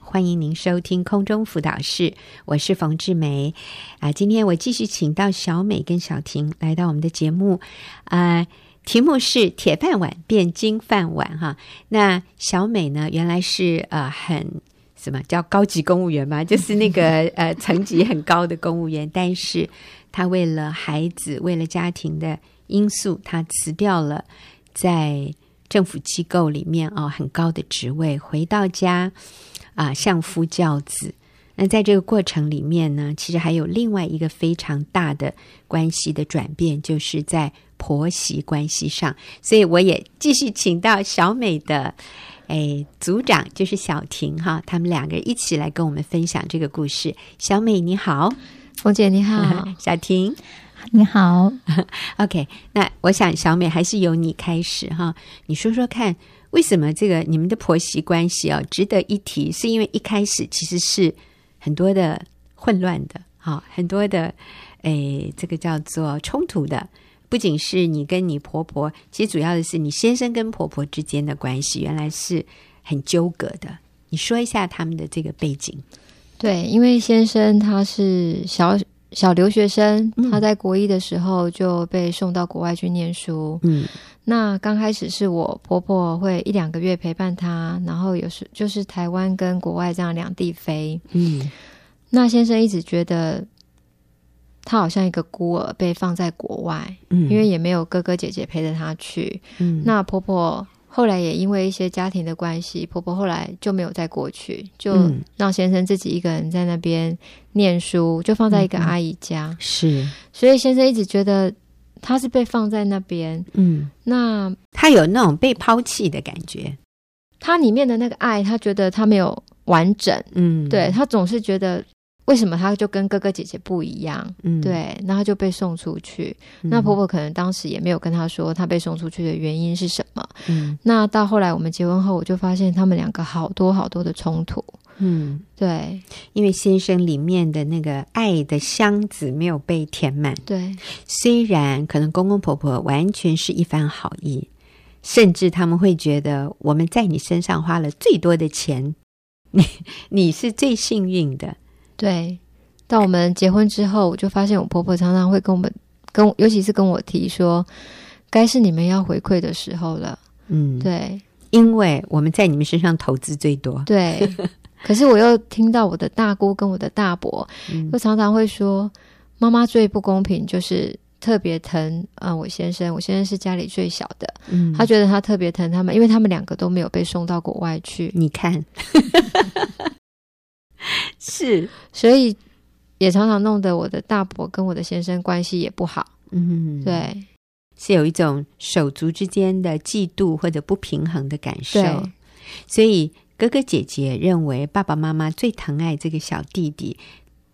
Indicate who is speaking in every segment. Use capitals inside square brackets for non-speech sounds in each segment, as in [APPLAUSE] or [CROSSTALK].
Speaker 1: 欢迎您收听空中辅导室，我是冯志梅。啊、今天我继续请到小美跟小婷来到我们的节目，啊、题目是“铁饭碗变金饭碗”哈。那小美呢，原来是呃很什么叫高级公务员嘛，就是那个呃层级很高的公务员，但是她为了孩子，为了家庭的因素，她辞掉了在政府机构里面哦很高的职位，回到家啊、相夫教子。那在这个过程里面呢，其实还有另外一个非常大的关系的转变，就是在婆媳关系上。所以我也继续请到小美的，哎，组长就是小婷哈，他们两个一起来跟我们分享这个故事。小美你好，
Speaker 2: 冯姐你好，
Speaker 1: [LAUGHS] 小婷。
Speaker 2: 你好，
Speaker 1: OK，那我想小美还是由你开始哈，你说说看，为什么这个你们的婆媳关系哦值得一提？是因为一开始其实是很多的混乱的，哈，很多的诶，这个叫做冲突的。不仅是你跟你婆婆，其实主要的是你先生跟婆婆之间的关系，原来是很纠葛的。你说一下他们的这个背景，
Speaker 2: 对，因为先生他是小小留学生，
Speaker 1: 嗯
Speaker 2: 他在国一的时候就被送到国外去念书。
Speaker 1: 嗯
Speaker 2: 那刚开始是我婆婆会一两个月陪伴他，然后有时就是台湾跟国外这样两地飞。
Speaker 1: 嗯
Speaker 2: 那先生一直觉得他好像一个孤儿被放在国外，
Speaker 1: 嗯
Speaker 2: 因为也没有哥哥姐姐陪着他去。
Speaker 1: 嗯
Speaker 2: 那婆婆后来也因为一些家庭的关系，婆婆后来就没有再过去，就
Speaker 1: 嗯
Speaker 2: 让先生自己一个人在那边念书，就放在一个
Speaker 1: 嗯嗯
Speaker 2: 阿姨家。
Speaker 1: 是
Speaker 2: 所以先生一直觉得他是被放在那边。
Speaker 1: 嗯，
Speaker 2: 那
Speaker 1: 他有那种被抛弃的感觉，
Speaker 2: 他里面的那个爱，他觉得他没有完整，
Speaker 1: 嗯，
Speaker 2: 对他总是觉得为什么他就跟哥哥姐姐不一样。
Speaker 1: 嗯，
Speaker 2: 对，那他就被送出去。
Speaker 1: 嗯，
Speaker 2: 那婆婆可能当时也没有跟他说他被送出去的原因是什么。
Speaker 1: 嗯，
Speaker 2: 那到后来我们结婚后，我就发现他们两个好多好多的冲突。
Speaker 1: 嗯，
Speaker 2: 对
Speaker 1: 因为先生里面的那个爱的箱子没有被填满，
Speaker 2: 对
Speaker 1: 虽然可能公公婆婆完全是一番好意，甚至他们会觉得我们在你身上花了最多的钱，你你是最幸运的，
Speaker 2: 对，到我们结婚之后，我就发现我婆婆常常会跟我们跟我，尤其是跟我提说，该是你们要回馈的时候了。
Speaker 1: 嗯，，
Speaker 2: 对
Speaker 1: 因为我们在你们身上投资最多，
Speaker 2: 对，
Speaker 1: [LAUGHS]
Speaker 2: 可是我又听到我的大姑跟我的大伯，
Speaker 1: 嗯
Speaker 2: 又常常会说，妈妈最不公平就是。特别疼啊、呃我先生，我先生是家里最小的，
Speaker 1: 嗯，
Speaker 2: 他觉得他特别疼他们，因为他们两个都没有被送到国外去，
Speaker 1: 你 [LAUGHS] 看，是，
Speaker 2: 所以也常常弄得我的大伯跟我的先生关系也不好。
Speaker 1: 嗯，。
Speaker 2: 对、
Speaker 1: 是有一种手足之间的嫉妒或者不平衡的感受，
Speaker 2: 对，
Speaker 1: 所以哥哥姐姐认为爸爸妈妈最疼爱这个小弟弟，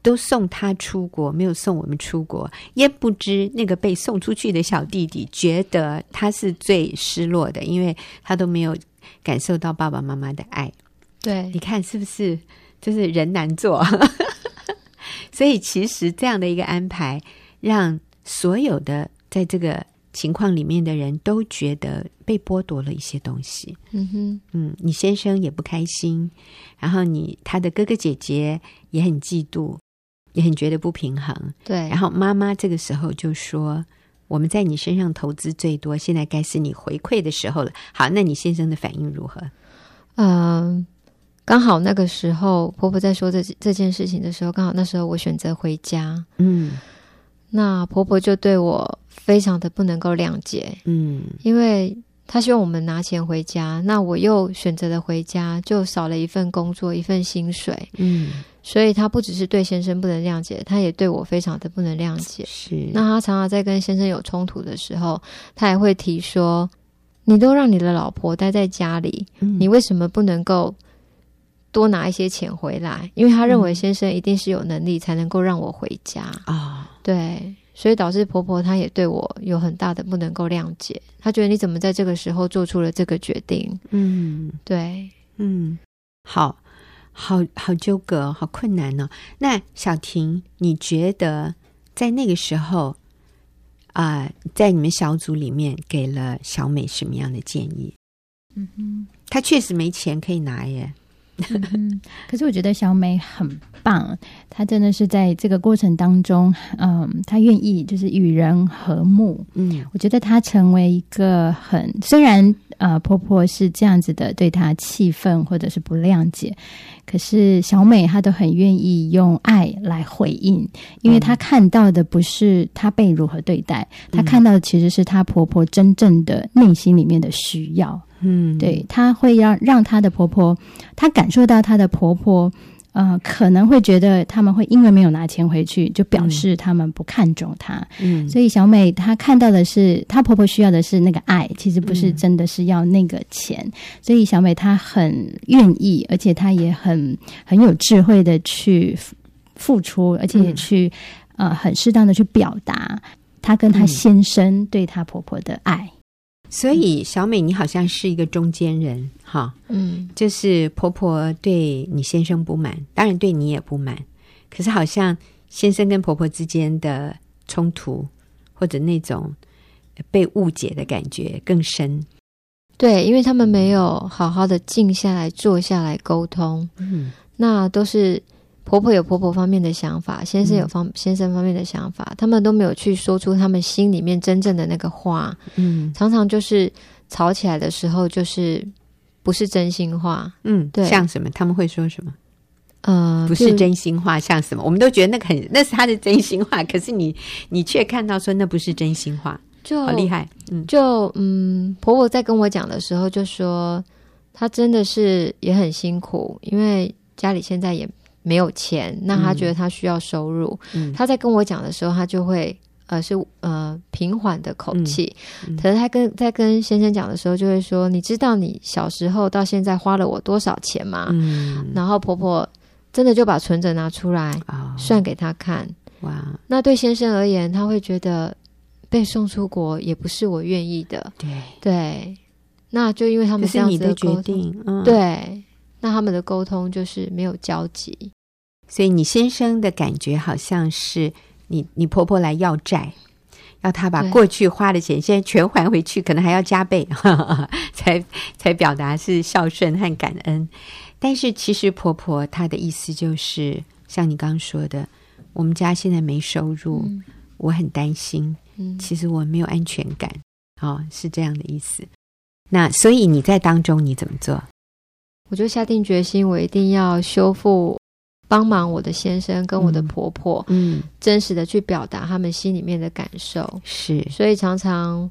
Speaker 1: 都送他出国，没有送我们出国。焉不知那个被送出去的小弟弟觉得他是最失落的，因为他都没有感受到爸爸妈妈的爱。
Speaker 2: 对
Speaker 1: 你，看是不是？就是人难做， [LAUGHS] 所以其实这样的一个安排，让所有的在这个情况里面的人都觉得被剥夺了一些东西。
Speaker 2: 嗯哼，
Speaker 1: 嗯，你先生也不开心，然后你他的哥哥姐姐也很嫉妒，也很觉得不平衡。
Speaker 2: 对，
Speaker 1: 然后妈妈这个时候就说：“我们在你身上投资最多，现在该是你回馈的时候了。”好，那你先生的反应如何？
Speaker 2: 嗯、刚好那个时候婆婆在说这这件事情的时候，刚好那时候我选择回家，
Speaker 1: 嗯
Speaker 2: 那婆婆就对我非常的不能够谅解，
Speaker 1: 嗯
Speaker 2: 因为。她希望我们拿钱回家，那我又选择了回家，就少了一份工作，一份薪水，
Speaker 1: 嗯，
Speaker 2: 所以她不只是对先生不能谅解，她也对我非常的不能谅解。
Speaker 1: 是
Speaker 2: 那他常常在跟先生有冲突的时候，他也会提说：“你都让你的老婆待在家里，
Speaker 1: 嗯
Speaker 2: 你为什么不能够多拿一些钱回来？”因为他认为先生一定是有能力才能够让我回家，
Speaker 1: 啊、
Speaker 2: 对，所以导致婆婆她也对我有很大的不能够谅解。她觉得你怎么在这个时候做出了这个决定？
Speaker 1: 嗯
Speaker 2: 对，
Speaker 1: 嗯，好，好好纠葛，哦好困难呢、那小婷，你觉得在那个时候啊、在你们小组里面给了小美什么样的建议？
Speaker 3: 嗯哼，
Speaker 1: 她确实没钱可以拿耶，
Speaker 3: 嗯，可是我觉得小美很棒，她真的是在这个过程当中，嗯，她愿意就是与人和睦。
Speaker 1: 嗯
Speaker 3: 我觉得她成为一个很虽然呃婆婆是这样子的对她气愤或者是不谅解，可是小美她都很愿意用爱来回应，因为她看到的不是她被如何对待，她看到的其实是她婆婆真正的内心里面的需要。
Speaker 1: 嗯，
Speaker 3: 对，她会让让她的婆婆，她感受到她的婆婆，呃，可能会觉得他们会因为没有拿钱回去，就表示他们不看重她。
Speaker 1: 嗯，
Speaker 3: 所以小美她看到的是她婆婆需要的是那个爱，其实不是
Speaker 1: 嗯
Speaker 3: 真的是要那个钱。所以小美她很愿意，而且她也很很有智慧的去付付出，而且也
Speaker 1: 嗯
Speaker 3: 去、呃很适当的去表达她跟她
Speaker 1: 嗯
Speaker 3: 先生对她婆婆的爱。
Speaker 1: 所以小美，你好像是一个中间人哈，
Speaker 2: 嗯，
Speaker 1: 就是婆婆对你先生不满，当然对你也不满，可是好像先生跟婆婆之间的冲突或者那种被误解的感觉更深。
Speaker 2: 对，因为他们没有好好的静下来、坐下来沟通，
Speaker 1: 嗯
Speaker 2: 那都是婆婆有婆婆方面的想法，先生有
Speaker 1: 嗯
Speaker 2: 方、先生方面的想法，他们都没有去说出他们心里面真正的那个话，
Speaker 1: 嗯
Speaker 2: 常常就是吵起来的时候就是不是真心话，
Speaker 1: 嗯，
Speaker 2: 对
Speaker 1: 像什么？他们会说什么？
Speaker 2: 呃，
Speaker 1: 不
Speaker 2: 譬
Speaker 1: 是
Speaker 2: 如
Speaker 1: 真心话，像什么？我们都觉得那个很，那是他的真心话，可是你你却看到说那不是真心话，
Speaker 2: 就
Speaker 1: 好厉害。嗯
Speaker 2: 就嗯，婆婆在跟我讲的时候就说，她真的是也很辛苦，因为家里现在也没有钱，那她
Speaker 1: 嗯
Speaker 2: 觉得她需要收入。
Speaker 1: 嗯
Speaker 2: 她在跟我讲的时候，她就会呃是呃平缓的口
Speaker 1: 嗯
Speaker 2: 气，
Speaker 1: 嗯
Speaker 2: 可是她跟在跟先生讲的时候，就会说，你知道你小时候到现在花了我多少钱吗？
Speaker 1: 嗯
Speaker 2: 然后婆婆真的就把存折拿出来
Speaker 1: 啊、哦，
Speaker 2: 算给她看，
Speaker 1: 哇，
Speaker 2: 那对先生而言，他会觉得被送出国也不是我愿意的，
Speaker 1: 对，
Speaker 2: 对。那就因为他
Speaker 1: 这
Speaker 2: 们这
Speaker 1: 是
Speaker 2: 样
Speaker 1: 你
Speaker 2: 子
Speaker 1: 的
Speaker 2: 沟
Speaker 1: 决
Speaker 2: 通，
Speaker 1: 定，嗯，。
Speaker 2: 对，那他们的沟通就是没有交集，
Speaker 1: 所以你先生的感觉好像是你你婆婆来要债，要他把
Speaker 2: 对
Speaker 1: 过去花的钱现在全还回去，可能还要加倍， [LAUGHS] 才才表达是孝顺和感恩。但是其实婆婆她的意思就是，像你刚刚说的，我们家现在没收入，
Speaker 2: 嗯
Speaker 1: 我很担心，
Speaker 2: 嗯，
Speaker 1: 其实我没有安全感，哦，是这样的意思。那所以你在当中你怎么做？
Speaker 2: 我就下定决心，我一定要修复，帮忙我的先生跟我的
Speaker 1: 嗯
Speaker 2: 婆婆，
Speaker 1: 嗯，
Speaker 2: 真实的去表达他们心里面的感受。
Speaker 1: 是
Speaker 2: 所以常常，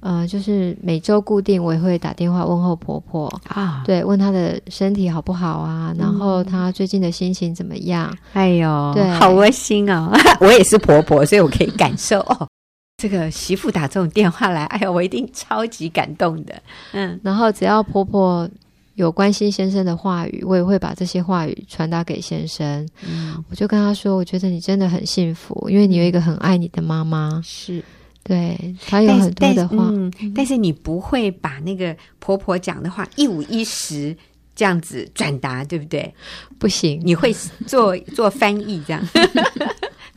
Speaker 2: 呃，就是每周固定我也会打电话问候婆婆，
Speaker 1: 啊，
Speaker 2: 对，问她的身体好不好啊，然
Speaker 1: 嗯
Speaker 2: 后她最近的心情怎么样？
Speaker 1: 哎呦，
Speaker 2: 对
Speaker 1: 好窝心哦！ [LAUGHS] 我也是婆婆，所以我可以感受哦。 [LAUGHS] 这个媳妇打这种电话来，哎呦，我一定超级感动的。嗯
Speaker 2: 然后只要婆婆有关心先生的话语，我也会把这些话语传达给先生。
Speaker 1: 嗯，
Speaker 2: 我就跟他说，我觉得你真的很幸福，因为你有一个很爱你的妈妈，
Speaker 1: 是，
Speaker 2: 对她有
Speaker 1: 但
Speaker 2: 很
Speaker 1: 是
Speaker 2: 多的话。
Speaker 1: 嗯但是你不会把那个婆婆讲的话一五一十这样子转达，对不对？
Speaker 2: 不行，
Speaker 1: 你会 [LAUGHS] 做做翻译，这样 [LAUGHS]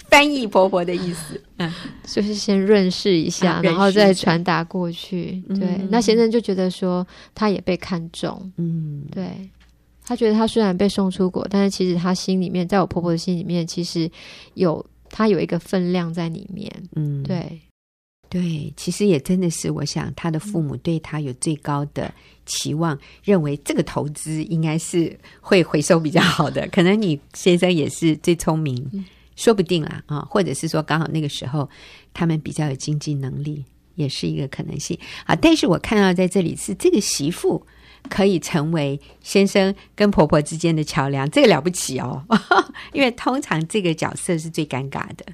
Speaker 1: 翻译婆婆的意思。
Speaker 2: 就是先润饰一下，
Speaker 1: 啊润饰
Speaker 2: 然后再传达过去。
Speaker 1: 嗯
Speaker 2: 对，那先生就觉得说他也被看重，
Speaker 1: 嗯，
Speaker 2: 对他觉得他虽然被送出国，但是其实他心里面，在我婆婆的心里面，其实有他有一个分量在里面。
Speaker 1: 嗯，
Speaker 2: 对，
Speaker 1: 对，其实也真的是，我想他的父母对他有最高的期望，认为这个投资应该是会回收比较好的。可能你先生也是最聪明，
Speaker 2: 嗯
Speaker 1: 说不定啦啊，或者是说刚好那个时候他们比较有经济能力，也是一个可能性啊。但是我看到在这里是这个媳妇。可以成为先生跟婆婆之间的桥梁，这个了不起哦， [LAUGHS] 因为通常这个角色是最尴尬的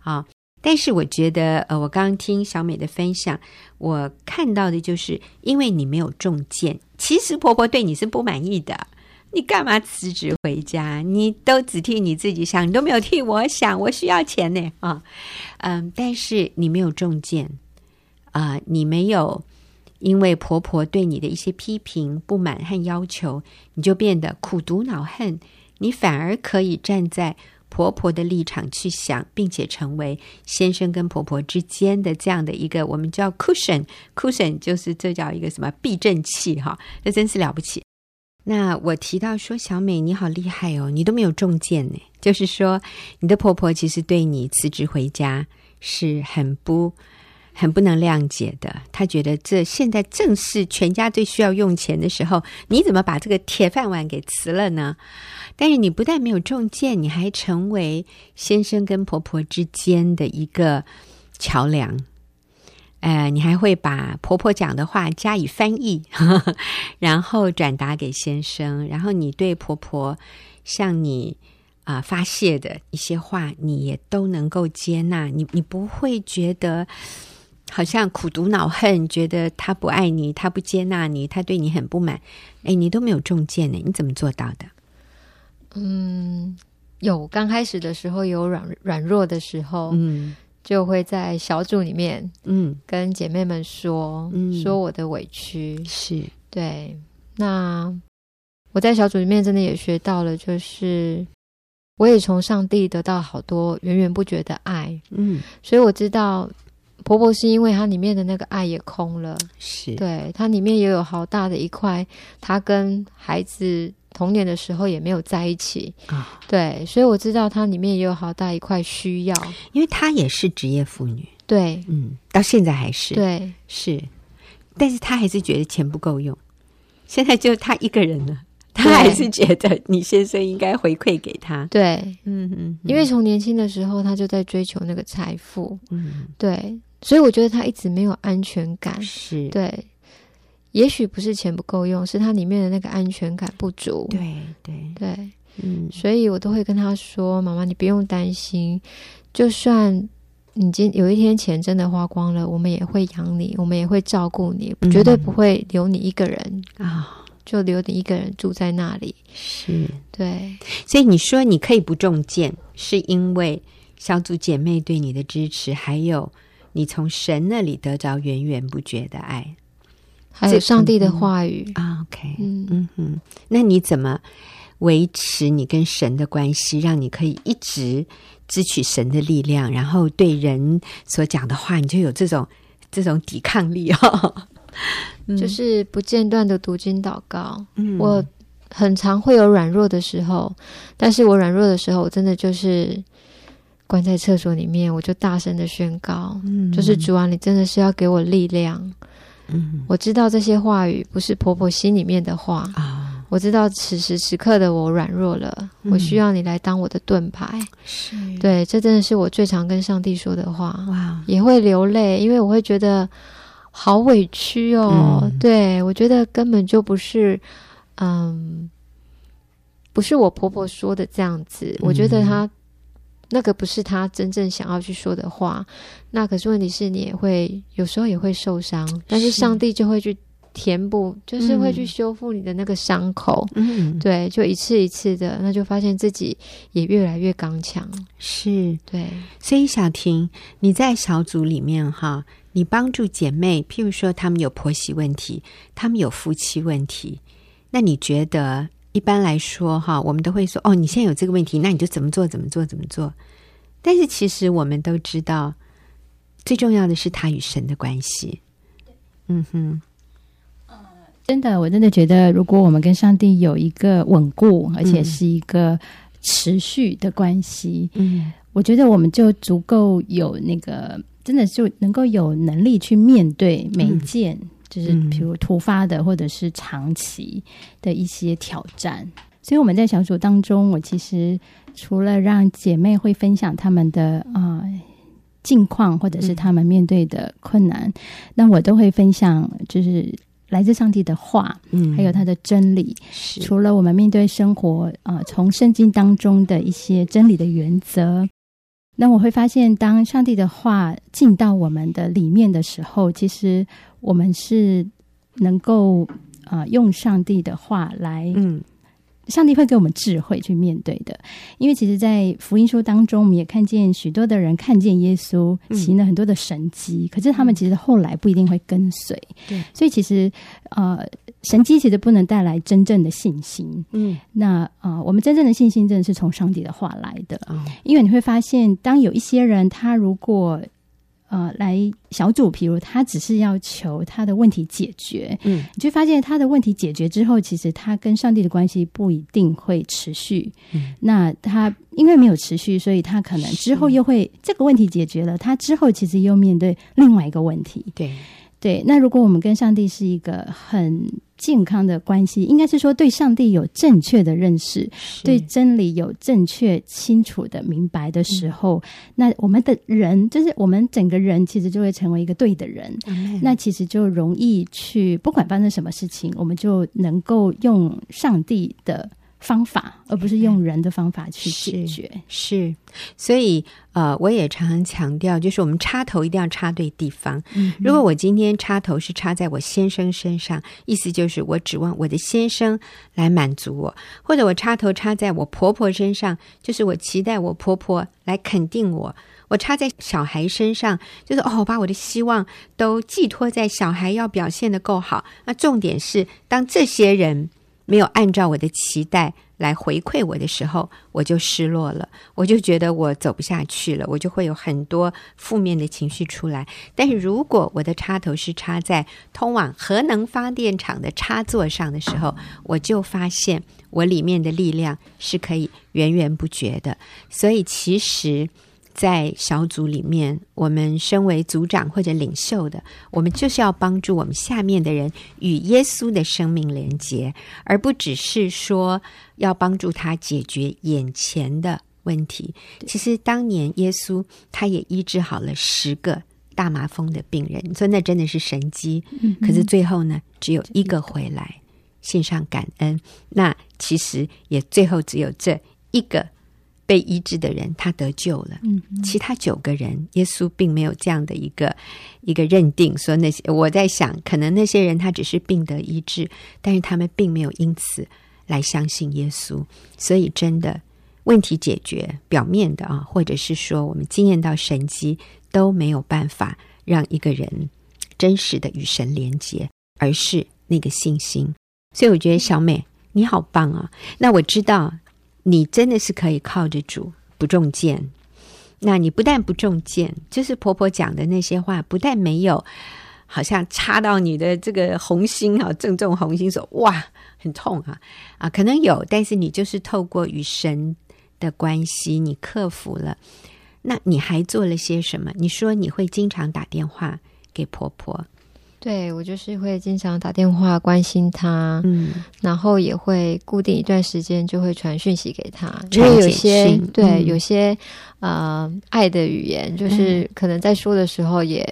Speaker 1: 啊。但是我觉得，呃，我刚刚听小美的分享，我看到的就是，因为你没有中箭，其实婆婆对你是不满意的。你干嘛辞职回家？你都只替你自己想，你都没有替我想。我需要钱呢，啊，嗯，但是你没有中箭，啊、你没有因为婆婆对你的一些批评、不满和要求，你就变得苦读恼恨，你反而可以站在婆婆的立场去想，并且成为先生跟婆婆之间的这样的一个我们叫 cushion，cushion 就是这叫一个什么避震器哈，这真是了不起。那我提到说，小美你好厉害哦，你都没有中箭呢。就是说，你的婆婆其实对你辞职回家是很不、很不能谅解的。她觉得这现在正是全家最需要用钱的时候，你怎么把这个铁饭碗给辞了呢？但是你不但没有中箭，你还成为先生跟婆婆之间的一个桥梁。呃，你还会把婆婆讲的话加以翻译， [LAUGHS] 然后转达给先生。然后你对婆婆向你啊、发泄的一些话，你也都能够接纳。你你不会觉得好像苦读恼恨，觉得她不爱你，她不接纳你，她对你很不满。哎，你都没有中箭呢，你怎么做到的？
Speaker 2: 嗯，有刚开始的时候有软软弱的时候，
Speaker 1: 嗯
Speaker 2: 就会在小组里面
Speaker 1: 嗯，
Speaker 2: 跟姐妹们说、
Speaker 1: 嗯
Speaker 2: 说我的委屈。
Speaker 1: 是
Speaker 2: 对，那我在小组里面真的也学到了，就是我也从上帝得到好多源源不绝的爱，
Speaker 1: 嗯
Speaker 2: 所以我知道婆婆是因为她里面的那个爱也空了，
Speaker 1: 是
Speaker 2: 对，它里面也有好大的一块，她跟孩子童年的时候也没有在一起，
Speaker 1: 啊、
Speaker 2: 对，所以我知道它里面也有好大一块需要，
Speaker 1: 因为她也是职业妇女，
Speaker 2: 对
Speaker 1: 嗯，到现在还是
Speaker 2: 对
Speaker 1: 是，但是他还是觉得钱不够用。现在就他一个人了，他
Speaker 2: 对
Speaker 1: 还是觉得你先生应该回馈给他。
Speaker 2: 对，
Speaker 1: 嗯嗯，
Speaker 2: 因为从年轻的时候她就在追求那个财富，
Speaker 1: 嗯
Speaker 2: 对，所以我觉得她一直没有安全感，
Speaker 1: 是
Speaker 2: 对，也许不是钱不够用，是它里面的那个安全感不足。
Speaker 1: 对对，
Speaker 2: 对，
Speaker 1: 嗯
Speaker 2: 所以我都会跟她说：“妈妈，你不用担心，就算你今有一天钱真的花光了，我们也会养你，我们也会照顾你，
Speaker 1: 嗯
Speaker 2: 绝对不会留你一个人，
Speaker 1: 啊、
Speaker 2: 就留你一个人住在那里。
Speaker 1: 是，”
Speaker 2: 对，
Speaker 1: 所以你说你可以不中箭，是因为小组姐妹对你的支持，还有你从神那里得着源源不绝的爱。
Speaker 2: 还
Speaker 1: 这
Speaker 2: 有上帝的
Speaker 1: 嗯
Speaker 2: 话语。
Speaker 1: 啊 OK，
Speaker 2: 嗯
Speaker 1: 嗯哼，那你怎么维持你跟神的关系，让你可以一直支取神的力量，然后对人所讲的话，你就有这种这种抵抗力哦。
Speaker 2: 就是不间断的读经祷告。
Speaker 1: 嗯
Speaker 2: 我很常会有软弱的时候，但是我软弱的时候，我真的就是关在厕所里面，我就大声的宣告，
Speaker 1: 嗯
Speaker 2: 就是主啊，你真的是要给我力量。
Speaker 1: 嗯
Speaker 2: 我知道这些话语不是婆婆心里面的话，
Speaker 1: 啊、
Speaker 2: 我知道此时此刻的我软弱了，
Speaker 1: 嗯
Speaker 2: 我需要你来当我的盾牌。
Speaker 1: 是
Speaker 2: 对，这真的是我最常跟上帝说的话，
Speaker 1: 哇，
Speaker 2: 也会流泪，因为我会觉得好委屈哦。
Speaker 1: 嗯
Speaker 2: 对我觉得根本就不是，嗯，不是我婆婆说的这样子。
Speaker 1: 嗯
Speaker 2: 我觉得她那个不是她真正想要去说的话。那可是问题是你也会有时候也会受伤，但是
Speaker 1: 是
Speaker 2: 上帝就会去填补，就是会去
Speaker 1: 嗯
Speaker 2: 修复你的那个伤口。
Speaker 1: 嗯，
Speaker 2: 对，就一次一次的，那就发现自己也越来越刚强。
Speaker 1: 是。
Speaker 2: 对，
Speaker 1: 所以小婷，你在小组里面哈，你帮助姐妹，譬如说她们有婆媳问题，她们有夫妻问题，那你觉得一般来说哈，我们都会说哦，你现在有这个问题，那你就怎么做怎么做怎么做。但是其实我们都知道，最重要的是她与神的关系。嗯哼，
Speaker 3: 真的，我真的觉得，如果我们跟上帝有一个稳
Speaker 1: 嗯
Speaker 3: 固，而且是一个持续的关系，
Speaker 1: 嗯
Speaker 3: 我觉得我们就足够有那个，真的就能够有能力去面对每一件，就是
Speaker 1: 嗯
Speaker 3: 比如突发的或者是长期的一些挑战。所以我们在小组当中，我其实除了让姐妹会分享她们的啊。呃近况或
Speaker 1: 嗯
Speaker 3: 者是她们面对的困难，那我都会分享，就是来自上帝的话，
Speaker 1: 嗯
Speaker 3: 还有它的真理。
Speaker 1: 是
Speaker 3: 除了我们面对生活啊、呃从圣经当中的一些真理的原则，那我会发现，当上帝的话进到我们的里面的时候，其实我们是能够啊、呃用上帝的话来
Speaker 1: 嗯
Speaker 3: 上帝会给我们智慧去面对的，因为其实，在福音书当中，我们也看见许多的人看见耶稣
Speaker 1: 嗯
Speaker 3: 行了很多的神迹，可是他
Speaker 1: 嗯
Speaker 3: 们其实后来不一定会跟随。
Speaker 1: 对，
Speaker 3: 所以其实呃，神迹其实不能带来真正的信心。
Speaker 1: 嗯
Speaker 3: 那呃，我们真正的信心真的是从上帝的话来的，
Speaker 1: 哦
Speaker 3: 因为你会发现，当有一些人他如果呃来小组，比如他只是要求他的问题解决，
Speaker 1: 嗯，
Speaker 3: 你就发现他的问题解决之后，其实他跟上帝的关系不一定会持续。
Speaker 1: 嗯
Speaker 3: 那他因为没有持续，所以他可能之后又会这个问题解决了，他之后其实又面对另外一个问题。
Speaker 1: 对，
Speaker 3: 对，那如果我们跟上帝是一个很健康的关系，应该是说对上帝有正确的认识，对
Speaker 1: 是
Speaker 3: 真理有正确、清楚的明白的时候，那我们的人就是我们整个人，其实就会成为一个对的人。
Speaker 1: Amen
Speaker 3: 那其实就容易去，不管发生什么事情，我们就能够用上帝的方法，而不是用人的方法去解决。
Speaker 1: 是，所以呃，我也常常强调，就是我们插头一定要插对地方。
Speaker 3: 嗯
Speaker 1: 如果我今天插头是插在我先生身上，意思就是我指望我的先生来满足我；或者我插头插在我婆婆身上，就是我期待我婆婆来肯定我；我插在小孩身上，就是哦，我把我的希望都寄托在小孩要表现的够好。那重点是，当这些人没有按照我的期待来回馈我的时候，我就失落了，我就觉得我走不下去了，我就会有很多负面的情绪出来。但是如果我的插头是插在通往核能发电厂的插座上的时候，我就发现我里面的力量是可以源源不绝的。所以其实。在小组里面，我们身为组长或者领袖的，我们就是要帮助我们下面的人与耶稣的生命连接，而不只是说要帮助他解决眼前的问题。其实当年耶稣他也医治好了十个大麻风的病人，你说那真的是神迹。可是最后呢，只有一个回来献上感恩。那其实也最后只有这一个被医治的人他得救了。
Speaker 3: 嗯，
Speaker 1: 其他九个人，耶稣并没有这样的一个一个认定，说那些我在想，可能那些人他只是病得医治，但是他们并没有因此来相信耶稣，所以真的问题解决表面的啊，或者是说我们经验到神迹，都没有办法让一个人真实的与神连接，而是那个信心。所以我觉得小美你好棒啊！那我知道你真的是可以靠着主不中箭。那你不但不中箭，就是婆婆讲的那些话，不但没有好像插到你的这个红心啊，正中红心说哇很痛啊啊，可能有，但是你就是透过与神的关系，你克服了。那你还做了些什么？你说你会经常打电话给婆婆，
Speaker 2: 对我就是会经常打电话关心他，
Speaker 1: 嗯，
Speaker 2: 然后也会固定一段时间就会传讯息给他，因
Speaker 1: 传
Speaker 2: 为有
Speaker 1: 简
Speaker 2: 些
Speaker 1: 讯嗯
Speaker 2: 对、有些呃爱的语言，就是可能在说的时候也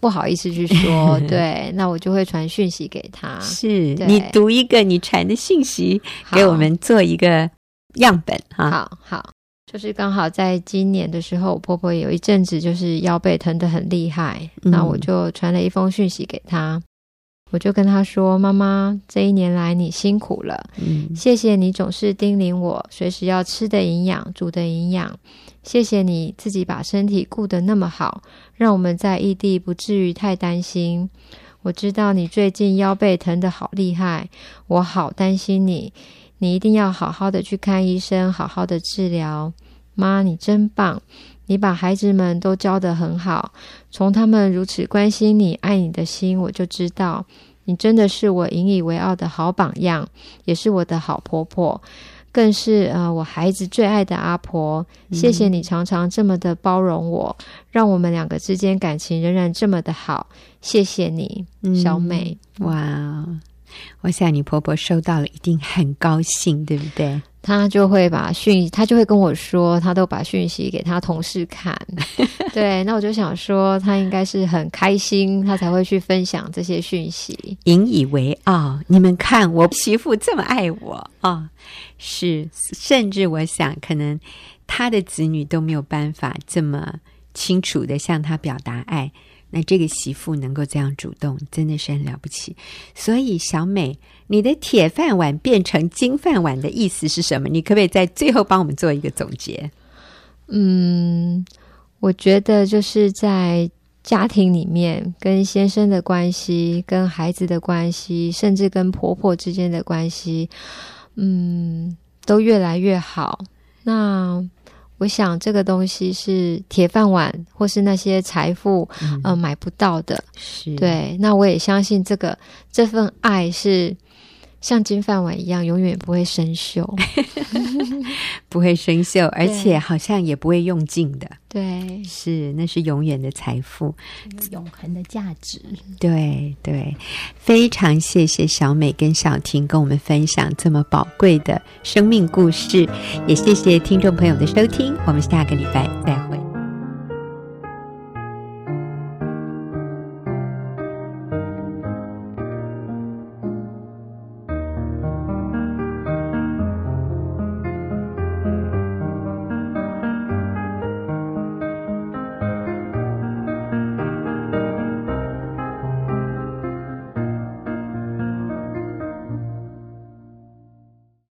Speaker 2: 不好意思去
Speaker 1: [LAUGHS]
Speaker 2: 说，对，那我就会传讯息给他，
Speaker 1: 是
Speaker 2: 啊对
Speaker 1: 你读一个你传的信息
Speaker 2: 好
Speaker 1: 给我们做一个样本哈，
Speaker 2: 好好，就是刚好在今年的时候，我婆婆有一阵子就是腰背疼得很厉害，
Speaker 1: 嗯
Speaker 2: 那我就传了一封讯息给她，我就跟她说：“妈妈，这一年来你辛苦了，
Speaker 1: 嗯
Speaker 2: 谢谢你总是叮咛我随时要吃的营养、煮的营养，谢谢你自己把身体顾得那么好，让我们在异地不至于太担心。我知道你最近腰背疼得好厉害，我好担心你，你一定要好好的去看医生，好好的治疗。妈，你真棒，你把孩子们都教得很好，从他们如此关心你、爱你的心，我就知道你真的是我引以为傲的好榜样。也是我的好婆婆，更是呃我孩子最爱的阿婆。谢谢你常常这么的包容我，让我们两个之间感情仍然这么的好。谢谢你，
Speaker 1: 嗯
Speaker 2: 小美。
Speaker 1: 哇，我想你婆婆收到了一定很高兴，对不对？
Speaker 2: 她就会把讯，她就会跟我说，她都把讯息给她同事看。对，那我就想说，她应该是很开心，她才会去分享这些讯息。
Speaker 1: 引以为傲。你们看，我媳妇这么爱我啊、是，甚至我想，可能她的子女都没有办法这么清楚的向她表达爱。那这个媳妇能够这样主动，真的是很了不起。所以，小美，你的铁饭碗变成金饭碗的意思是什么？你可不可以在最后帮我们做一个总结？
Speaker 2: 嗯，我觉得就是在家庭里面，跟先生的关系、跟孩子的关系，甚至跟婆婆之间的关系，嗯，都越来越好。那我想这个东西是铁饭碗或是那些财富呃买不到的。
Speaker 1: 是，
Speaker 2: 对，那我也相信这个这份爱是像金饭碗一样，永远不会生锈。
Speaker 1: 不会生锈，而
Speaker 2: 对
Speaker 1: 且好像也不会用尽的，
Speaker 2: 对，
Speaker 1: 是，那是永远的财富。
Speaker 3: 永恒的价值。
Speaker 1: 嗯对对，非常谢谢小美跟小婷跟我们分享这么宝贵的生命故事，也谢谢听众朋友的收听，我们下个礼拜再会。